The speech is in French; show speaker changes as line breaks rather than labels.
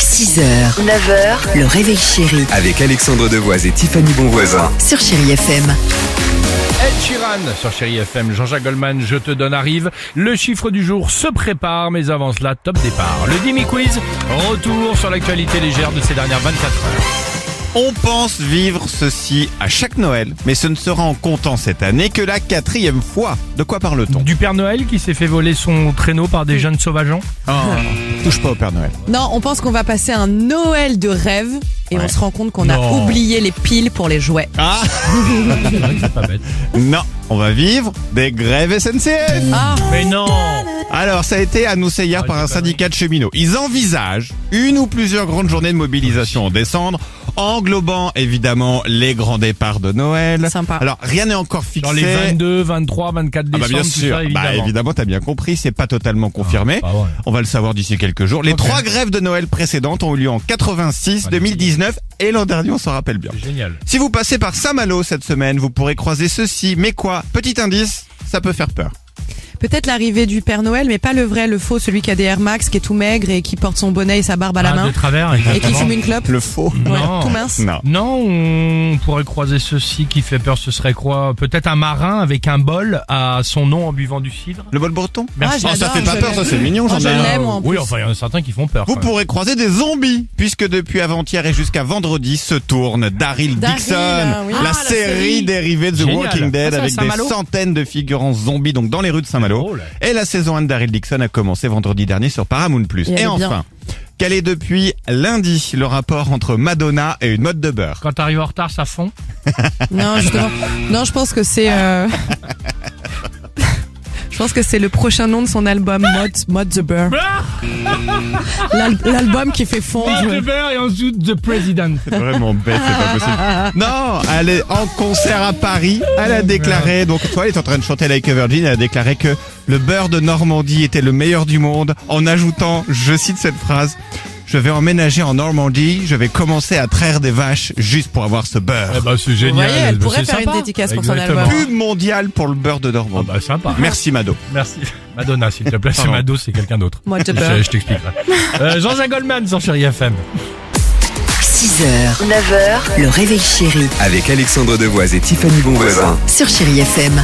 6h, 9h, le réveil chéri
Avec Alexandre Devoise et Tiffany Bonvoisin.
sur Chéri FM.
Ed Sheeran sur Chéri FM, Jean-Jacques Goldman, je te donne arrive. Le chiffre du jour se prépare, mais avant cela, top départ. Le Dimi Quiz, retour sur l'actualité légère de ces dernières 24 heures.
On pense vivre ceci à chaque Noël, mais ce ne sera en comptant cette année que la quatrième fois. De quoi parle-t-on
Du Père Noël qui s'est fait voler son traîneau par des jeunes sauvageons.
Ah. Touche pas au Père Noël.
Non, on pense qu'on va passer un Noël de rêve et on se rend compte qu'on a
Non.
oublié les piles pour les jouets.
Ah
C'est vrai que Ah c'est pas bête.
Non, on va vivre des grèves SNCF
Ah,
Mais non
Alors, ça a été annoncé hier
Ah,
par
c'est
un
pas
syndicat de cheminots. Ils envisagent une ou plusieurs grandes journées de mobilisation en décembre, englobant évidemment les grands départs de Noël.
Sympa.
Alors, rien n'est encore fixé.
Dans les 22, 23, 24
Ah
décembre,
bah bien
tout ça,
sûr, bah
évidemment.
évidemment t'as bien compris, c'est pas totalement confirmé.
pas vrai.
On va le savoir d'ici quelques jours. Les
Ok.
trois grèves de Noël précédentes ont eu lieu en 86,
Magnifique.
2019 et l'an dernier, on s'en rappelle bien.
C'est Génial.
Si vous passez par Saint-Malo cette semaine, vous pourrez croiser ceci. Mais quoi Petit indice, ça peut faire peur.
peut-être l'arrivée du Père Noël, mais pas le vrai, le faux, celui qui a des Air Max, qui est tout maigre et qui porte son bonnet et sa barbe à la
Ah,
main
de travers,
et qui
exactement.
fume une clope.
Le faux
Ouais,
Non.
tout mince.
Non.
Non, on pourrait croiser ceci qui fait peur, ce serait quoi Peut-être un marin avec un bol à son nom en buvant du cidre
Le bol breton
Merci.
Ah,
Oh, ça
j'adore,
fait pas
je
peur,
l'aime.
ça c'est mignon,
Oh,
j'en
je
ai un.
l'aime, en
Ah, ben, Oui,
plus.
enfin, il y en a certains qui font peur.
Vous
quand même.
pourrez croiser des zombies, puisque depuis avant-hier et jusqu'à vendredi se tourne Daryl
Daryl,
Dixon,
ah oui.
la,
Ah, la
série
série.
dérivée de The
Génial.
Walking
Ah,
Dead
ça,
avec des
Saint-Malo Oh
centaines de figurants zombies donc dans les rues de Saint-Malo.
drôle.
Et la saison 1 de Daryl Dixon a commencé vendredi dernier sur Paramount+.
Et elle
Et
est
enfin,
bien.
quel est depuis lundi le rapport entre Madonna et une mode de beurre
Quand t'arrives en retard, ça fond.
Non, justement. Non, je pense que c'est. euh, Je pense que c'est le prochain nom de son album, Mod, Mod the Bear.
Ah.
L'al- L'album qui fait fondre.
et ensuite The President.
Vraiment bête, c'est pas possible. Non, elle est en concert à Paris. Elle a déclaré, donc toi, elle est en train de chanter Like a Virgin. Elle a déclaré que le beurre de Normandie était le meilleur du monde en ajoutant, je cite cette phrase, je vais emménager en Normandie, je vais commencer à traire des vaches juste pour avoir ce
Eh
beurre.
ben, c'est
Vous
génial.
voyez, elle
Bah,
pourrait
c'est
faire une
sympa.
dédicace pour son
Exactement.
album.
Pub mondiale pour le beurre de
bah. Ah
Normandie.
bah, sympa.
Merci Mado.
Merci. Madonna, s'il te plaît. C'est
Pardon.
Mado, c'est quelqu'un d'autre.
Moi,
Je,
the Bear.
je t'explique. là. Euh, Jean-Jacques Goldman sur Chéri FM.
6h, 9h, le réveil chéri
Avec Alexandre Devoise et Tiffany Bonvoisin.
sur Chéri FM.